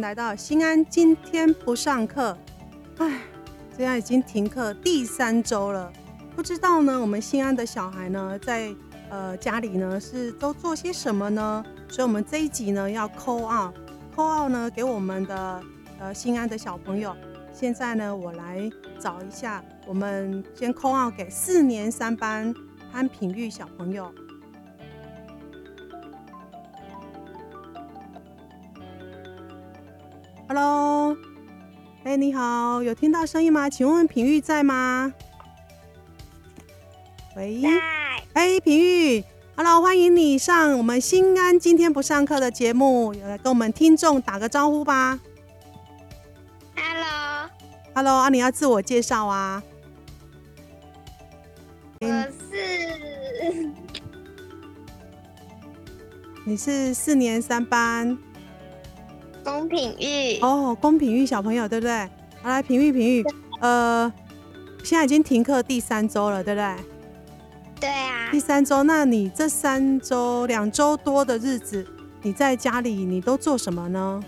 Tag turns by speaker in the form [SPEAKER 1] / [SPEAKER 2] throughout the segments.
[SPEAKER 1] 来到新安，今天不上课，唉，现在已经停课第三周了。不知道呢，我们新安的小孩呢，在呃家里呢是都做些什么呢？所以我们这一集呢要扣二，扣二呢给我们的呃新安的小朋友。现在呢，我来找一下，我们先扣二给四年三班潘品玉小朋友。Hello，哎、你好，有听到声音吗？请问品玉在吗？喂，
[SPEAKER 2] 在
[SPEAKER 1] 哎，品玉，Hello，欢迎你上我们新安今天不上课的节目，有来跟我们听众打个招呼吧。
[SPEAKER 2] ，Hello，
[SPEAKER 1] Hello，啊，你要自我介绍啊。嗯
[SPEAKER 2] 我是
[SPEAKER 1] 你是四年三班
[SPEAKER 2] 龚品玉。
[SPEAKER 1] 哦，龚品玉小朋友对不对？好来，品玉品玉，呃，现在已经停课第三周了，对不对？
[SPEAKER 2] 对啊
[SPEAKER 1] 第，三周，那你这三周两周多的日子，你在家里你都做什么呢？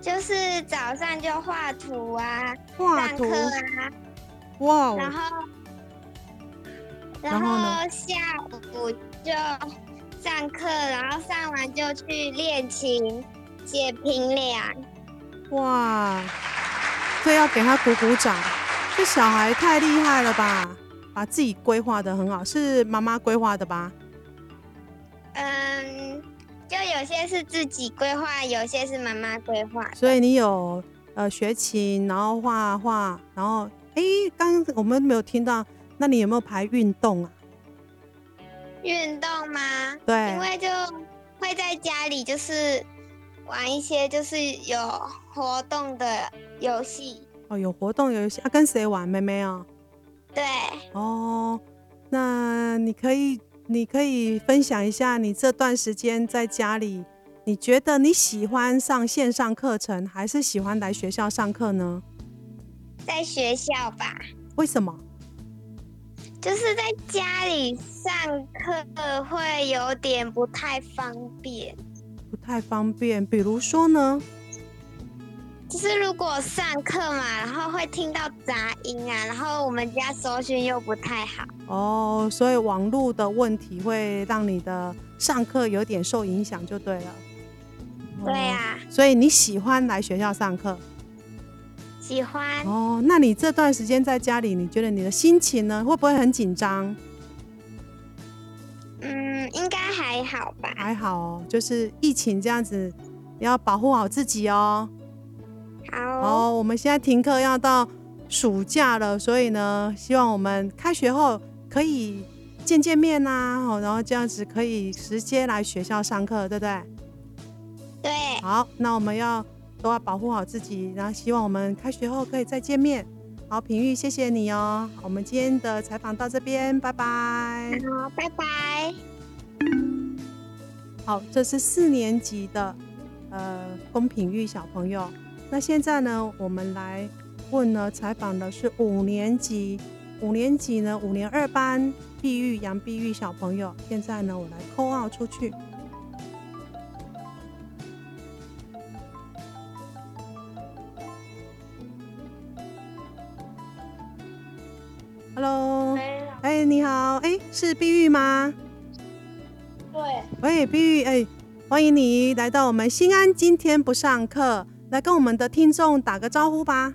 [SPEAKER 2] 就是早上就画图啊，
[SPEAKER 1] 画
[SPEAKER 2] 上
[SPEAKER 1] 图，
[SPEAKER 2] 课啊，
[SPEAKER 1] 哇哦，
[SPEAKER 2] 然后
[SPEAKER 1] 然
[SPEAKER 2] 然
[SPEAKER 1] 后呢
[SPEAKER 2] 后下午就上课，然后上完就去练琴、写评量。
[SPEAKER 1] 哇，所以要给他鼓鼓掌，这小孩太厉害了吧！把自己规划的很好，是妈妈规划的吧？
[SPEAKER 2] 嗯，就有些是自己规划，有些是妈妈规划。
[SPEAKER 1] 所以你有呃学琴，然后画画，然后诶，刚刚我们没有听到，那你有没有排运动啊？
[SPEAKER 2] 运动吗？
[SPEAKER 1] 对
[SPEAKER 2] 因为就会在家里就是玩一些就是有活动的游戏。
[SPEAKER 1] 哦，有活动有游戏啊，跟谁玩？妹妹啊、
[SPEAKER 2] 对，
[SPEAKER 1] 哦，那你可以你可以分享一下你这段时间在家里，你觉得你喜欢上线上课程，还是喜欢来学校上课呢？
[SPEAKER 2] 在学校吧，
[SPEAKER 1] 为什么？
[SPEAKER 2] 就是在家里上课会有点不太方便。
[SPEAKER 1] 不太方便，比如说呢？
[SPEAKER 2] 就是如果上课嘛，然后会听到杂音啊，然后我们家搜讯又不太好。
[SPEAKER 1] 哦，所以网络的问题会让你的上课有点受影响，就对了。
[SPEAKER 2] 对
[SPEAKER 1] 哦
[SPEAKER 2] 啊，
[SPEAKER 1] 所以你喜欢来学校上课
[SPEAKER 2] 喜欢
[SPEAKER 1] 哦？那你这段时间在家里，你觉得你的心情呢？会不会很紧张？
[SPEAKER 2] 嗯，应该还好吧。
[SPEAKER 1] 还好哦，就是疫情这样子，你要保护好自己哦。
[SPEAKER 2] 好，
[SPEAKER 1] 哦，我们现在停课要到暑假了，所以呢，希望我们开学后可以见见面呐、啊，哦，然后这样子可以直接来学校上课，对不对？
[SPEAKER 2] 对，
[SPEAKER 1] 好，那我们要都要保护好自己，然后希望我们开学后可以再见面。好，平玉，谢谢你哦。我们今天的采访到这边，拜拜。
[SPEAKER 2] 好，拜拜。
[SPEAKER 1] 好，这是四年级的呃龚品玉小朋友。那现在呢，我们来问呢，采访的是五年级，五年级呢五年二班碧玉杨碧玉小朋友。现在呢，我来扣号出去。Hello，哎、你好，哎、是碧玉吗？
[SPEAKER 2] 对，
[SPEAKER 1] 喂，碧玉，哎、欢迎你来到我们新安。今天不上课，来跟我们的听众打个招呼吧。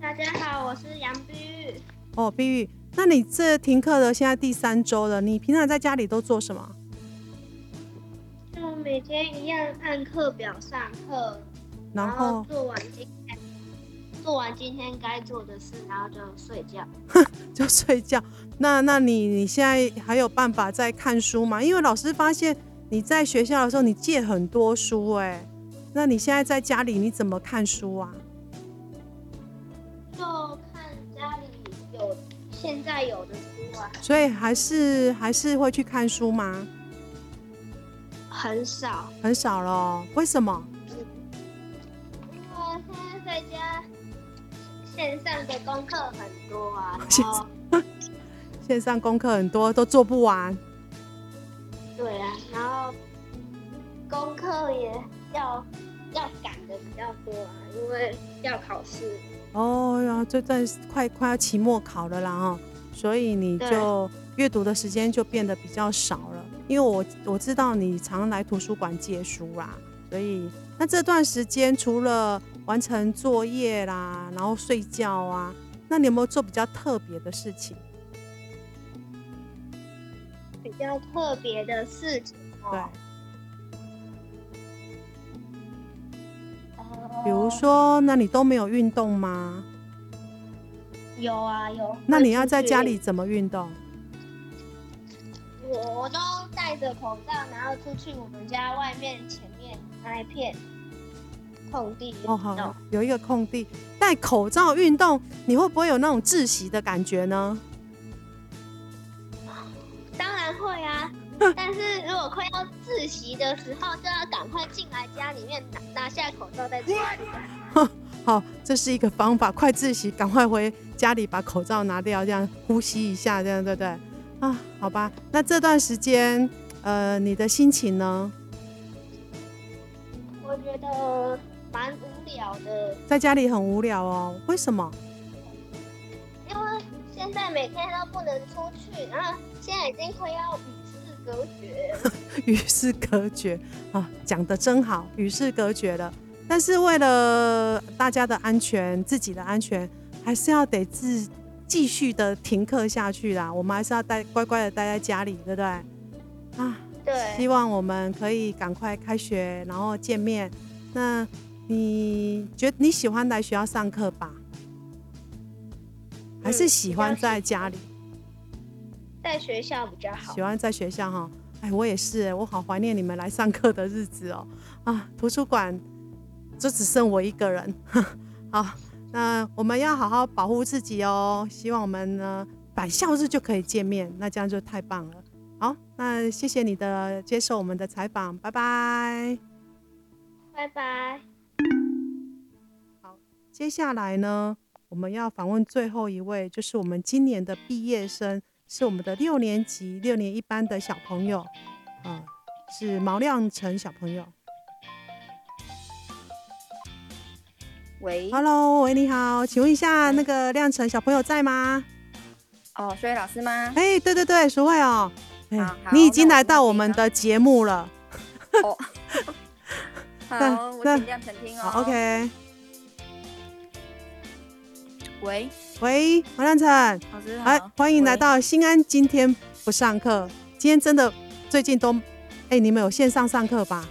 [SPEAKER 2] 大家好，我是杨碧玉。
[SPEAKER 1] 哦，碧玉，那你这停课的现在第三周了，你平常在家里都做什么？
[SPEAKER 2] 就每天一样按课表上课，
[SPEAKER 1] 然后
[SPEAKER 2] 做完今天做完今天该做的事，然后就睡觉。
[SPEAKER 1] 就睡觉。那那你你现在还有办法在看书吗？因为老师发现你在学校的时候你借很多书、哎，那你现在在家里你怎么看书啊？
[SPEAKER 2] 就看家里有现在有的书啊，
[SPEAKER 1] 所以还是还是会去看书吗？
[SPEAKER 2] 很少，
[SPEAKER 1] 很少咯，为什么？
[SPEAKER 2] 因为现在在家线上的功课很多啊，
[SPEAKER 1] 线
[SPEAKER 2] 然后
[SPEAKER 1] 线上功课很多都做不完。
[SPEAKER 2] 对啊，然后功课也
[SPEAKER 3] 要要赶的比较多啊，因为要考试。
[SPEAKER 1] 哦呀，就在快快要期末考了啦哦，所以你
[SPEAKER 2] 对
[SPEAKER 1] 就阅读的时间就变得比较少了。因为我我知道你常来图书馆借书啦，所以那这段时间除了完成作业啦，然后睡觉啊，那你有没有做比较特别的事情？
[SPEAKER 3] 比较特别的事情哦。
[SPEAKER 1] 对，
[SPEAKER 3] 呃
[SPEAKER 1] 比如说，那你都没有运动吗？
[SPEAKER 3] 有啊有。
[SPEAKER 1] 那
[SPEAKER 3] 会
[SPEAKER 1] 你要
[SPEAKER 3] 出
[SPEAKER 1] 在家
[SPEAKER 3] 去
[SPEAKER 1] 里，怎么运动？
[SPEAKER 3] 我都戴着口罩，然后出去我们家外面前面那一片空地运
[SPEAKER 1] 哦，
[SPEAKER 3] 动。
[SPEAKER 1] 好，有一个空地，戴口罩运动，你会不会有那种窒息的感觉呢？
[SPEAKER 3] 当然会 啊，但是如果快要自习的时候，就要赶快进来家里面拿拿下口罩再出去。
[SPEAKER 1] 好，这是一个方法，快自习，赶快回家里把口罩拿掉，这样呼吸一下，这样对不对？啊，好吧，那这段时间，呃，你的心情呢？
[SPEAKER 3] 我觉得蛮无聊的，
[SPEAKER 1] 在家里很无聊哦，为什么？
[SPEAKER 3] 因为现在每天都不能出去，然后现在已经快要与世隔绝了。
[SPEAKER 1] 与世隔绝啊，讲得真好，与世隔绝了。但是为了大家的安全，自己的安全，还是要得自继续的停课下去啦。我们还是要待乖乖的待在家里，对不对？啊，希
[SPEAKER 3] 对，
[SPEAKER 1] 望我们可以赶快开学，然后见面。那你觉你喜欢来学校上课吧？还是
[SPEAKER 3] 嗯
[SPEAKER 1] 喜
[SPEAKER 3] 比
[SPEAKER 1] 欢
[SPEAKER 3] 较喜
[SPEAKER 1] 在家里？
[SPEAKER 3] 在学校比较好
[SPEAKER 1] 喜。欢在学校哈。哎，我也是哎，我好怀念你们来上课的日子哦。啊，图书馆就只剩我一个人。 好，那我们要好好保护自己哦。希望我们呢返校日就可以见面，那这样就太棒了。好，那谢谢你的接受我们的采访，拜拜。
[SPEAKER 3] 拜拜。
[SPEAKER 1] 接下来呢，我们要访问最后一位，就是我们今年的毕业生，是我们的六年级六年一班的小朋友，啊、是毛亮成小朋友。
[SPEAKER 4] 喂，
[SPEAKER 1] Hello，喂，你好，请问一下，那个亮成小朋友在吗？
[SPEAKER 4] 哎哦，所以老师吗？
[SPEAKER 1] 哎、对对对，淑慧哦，哎
[SPEAKER 4] 好好
[SPEAKER 1] 你已经
[SPEAKER 4] 那我
[SPEAKER 1] 来到
[SPEAKER 4] 们
[SPEAKER 1] 我们
[SPEAKER 4] 那
[SPEAKER 1] 的节目了。
[SPEAKER 4] 哦，好，我
[SPEAKER 1] 那
[SPEAKER 4] 尽量澄听哦。
[SPEAKER 1] 好，OK，
[SPEAKER 4] 喂，
[SPEAKER 1] 喂，毛亮成，
[SPEAKER 4] 老师
[SPEAKER 1] 哎
[SPEAKER 4] 好，，
[SPEAKER 1] 欢迎来
[SPEAKER 4] 喂。
[SPEAKER 1] 到新安。今天不上课，今天真的最近都，哎、你们有线上上课吧？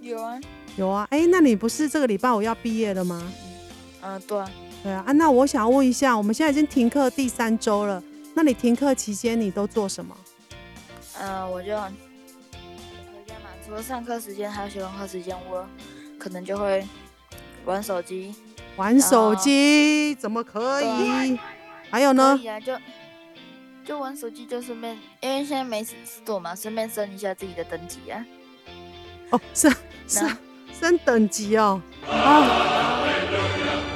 [SPEAKER 4] 有啊，
[SPEAKER 1] 有啊，哎、那你不是这个礼拜五要毕业了吗？
[SPEAKER 4] 嗯，对啊，
[SPEAKER 1] 对啊，啊，那我想问一下，我们现在已经停课第三周了，那你停课期间你都做什么？
[SPEAKER 4] 嗯，我就回家嘛，除了上课时间还有学功课时间，我可能就会玩手机。
[SPEAKER 1] 玩手机？怎么可以
[SPEAKER 4] 哦对？
[SPEAKER 1] 还有呢
[SPEAKER 4] 可？以啊，就就玩手机，就顺便，因为现在没事做嘛，顺便升一下自己的等级啊。
[SPEAKER 1] 哦，升升升等级哦，啊，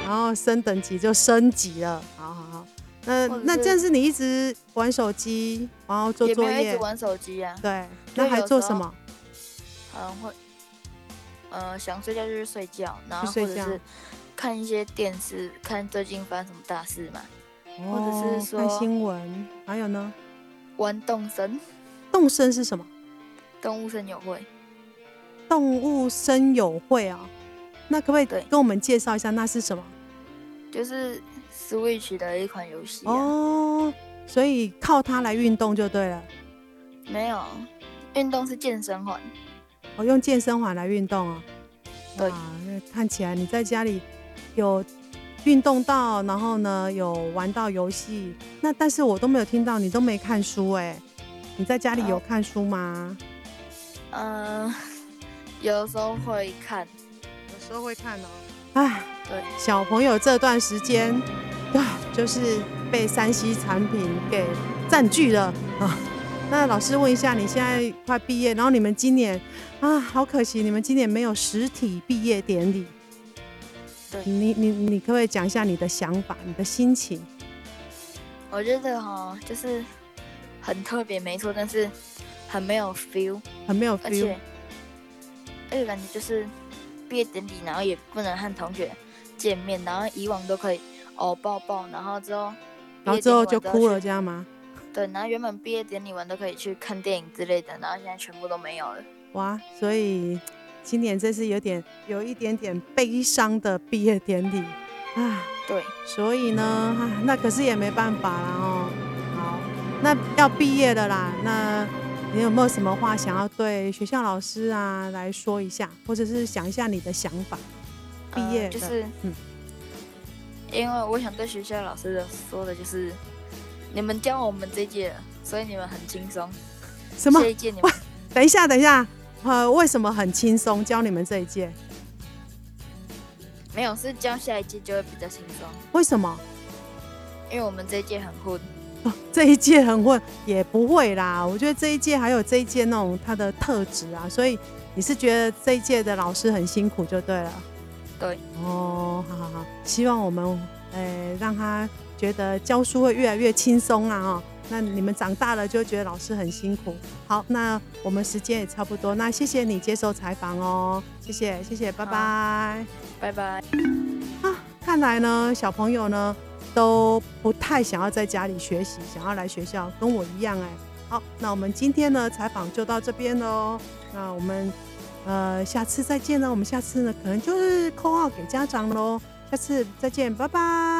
[SPEAKER 1] 然后升等级就升级了，好好好。那
[SPEAKER 4] 或者
[SPEAKER 1] 那
[SPEAKER 4] 是
[SPEAKER 1] 这样是你一直玩手机，然后做
[SPEAKER 4] 也没
[SPEAKER 1] 作
[SPEAKER 4] 有一直
[SPEAKER 1] 业，
[SPEAKER 4] 玩手机啊，
[SPEAKER 1] 对，
[SPEAKER 4] 就
[SPEAKER 1] 那还
[SPEAKER 4] 有
[SPEAKER 1] 做
[SPEAKER 4] 时
[SPEAKER 1] 什
[SPEAKER 4] 候
[SPEAKER 1] 么？
[SPEAKER 4] 嗯，会，呃，想睡觉就去睡觉，然后
[SPEAKER 1] 睡
[SPEAKER 4] 或者
[SPEAKER 1] 觉
[SPEAKER 4] 是看一些电视，看最近发生什么大事嘛。或者是
[SPEAKER 1] 哦看
[SPEAKER 4] 说
[SPEAKER 1] 新闻，还有呢？
[SPEAKER 4] 玩动森，
[SPEAKER 1] 动身是什么？
[SPEAKER 4] 动物森友会。
[SPEAKER 1] 动物森友会啊、那可不可以
[SPEAKER 4] 对
[SPEAKER 1] 跟我们介绍一下那是什么？
[SPEAKER 4] 就是 Switch 的一款游戏、啊。
[SPEAKER 1] 哦，所以靠它来运动就对了，
[SPEAKER 4] 没有，运动是健身环。
[SPEAKER 1] 哦，用健身环来运动啊。
[SPEAKER 4] 对
[SPEAKER 1] 哇，那看起来你在家里有运动到，然后呢有玩到游戏，那但是我都没有听到你都没看书哎、你在家里有
[SPEAKER 4] 哦
[SPEAKER 1] 看书吗？
[SPEAKER 4] 嗯、 有时候会看。
[SPEAKER 1] 有时候会看哦。哎，
[SPEAKER 4] 对，
[SPEAKER 1] 小朋友这段时间， 对，就是被山西产品给占据了啊。那老师问一下，你现在快毕业，然后你们今年啊，好可惜，你们今年没有实体毕业典礼。
[SPEAKER 4] 对
[SPEAKER 1] 你你你可不可以讲一下你的想法、你的心情？
[SPEAKER 4] 我觉得哈，就是很特别，没错，但是很没有 feel，
[SPEAKER 1] 很没有
[SPEAKER 4] 而
[SPEAKER 1] feel
[SPEAKER 4] 且而且感觉就是毕业典礼，然后也不能和同学见面，然后以往都可以哦抱抱，然后之后
[SPEAKER 1] 然后之后
[SPEAKER 4] 毕
[SPEAKER 1] 就
[SPEAKER 4] 业典礼完都
[SPEAKER 1] 哭
[SPEAKER 4] 要
[SPEAKER 1] 了
[SPEAKER 4] 去
[SPEAKER 1] 这样吗？
[SPEAKER 4] 对，然后原本毕业典礼完都可以去看电影之类的，然后现在全部都没有了。
[SPEAKER 1] 哇，所以今年真是有点有一点点悲伤的毕业典礼啊。
[SPEAKER 4] 对，
[SPEAKER 1] 所以呢，啊那可是也没办法啦哦。好，那要毕业了啦，那你有没有什么话想要对学校老师啊来说一下，或者是想一下你的想法？毕
[SPEAKER 4] 呃
[SPEAKER 1] 业了
[SPEAKER 4] 就是，
[SPEAKER 1] 嗯
[SPEAKER 4] 因为我想对学校老师的说的就是，你们教我们这一届了，所以你们很轻松。
[SPEAKER 1] 什么
[SPEAKER 4] 这？一届你们
[SPEAKER 1] 等一下，等一下，呃，为什么很轻松教你们这一届？
[SPEAKER 4] 没有，是教下一届就会比较轻松，
[SPEAKER 1] 为什么？
[SPEAKER 4] 因为我们这一届很混。
[SPEAKER 1] 哦， 这一届很混，也不会啦。我觉得这一届还有这一届那种他的特质啊，所以你是觉得这一届的老师很辛苦就对了。
[SPEAKER 4] 对。
[SPEAKER 1] 哦，好好好，希望我们呃让他觉得教书会越来越轻松啊哦。那你们长大了就会觉得老师很辛苦。好，那我们时间也差不多，那谢谢你接受采访哦，谢谢谢谢，拜
[SPEAKER 4] 好
[SPEAKER 1] 拜。
[SPEAKER 4] 拜拜。
[SPEAKER 1] 啊，看来呢，小朋友呢都不太想要在家里学习，想要来学校，跟我一样哎。好，那我们今天呢采访就到这边喽。那我们呃下次再见呢，我们下次呢可能就是扣号给家长喽。下次再见，拜拜。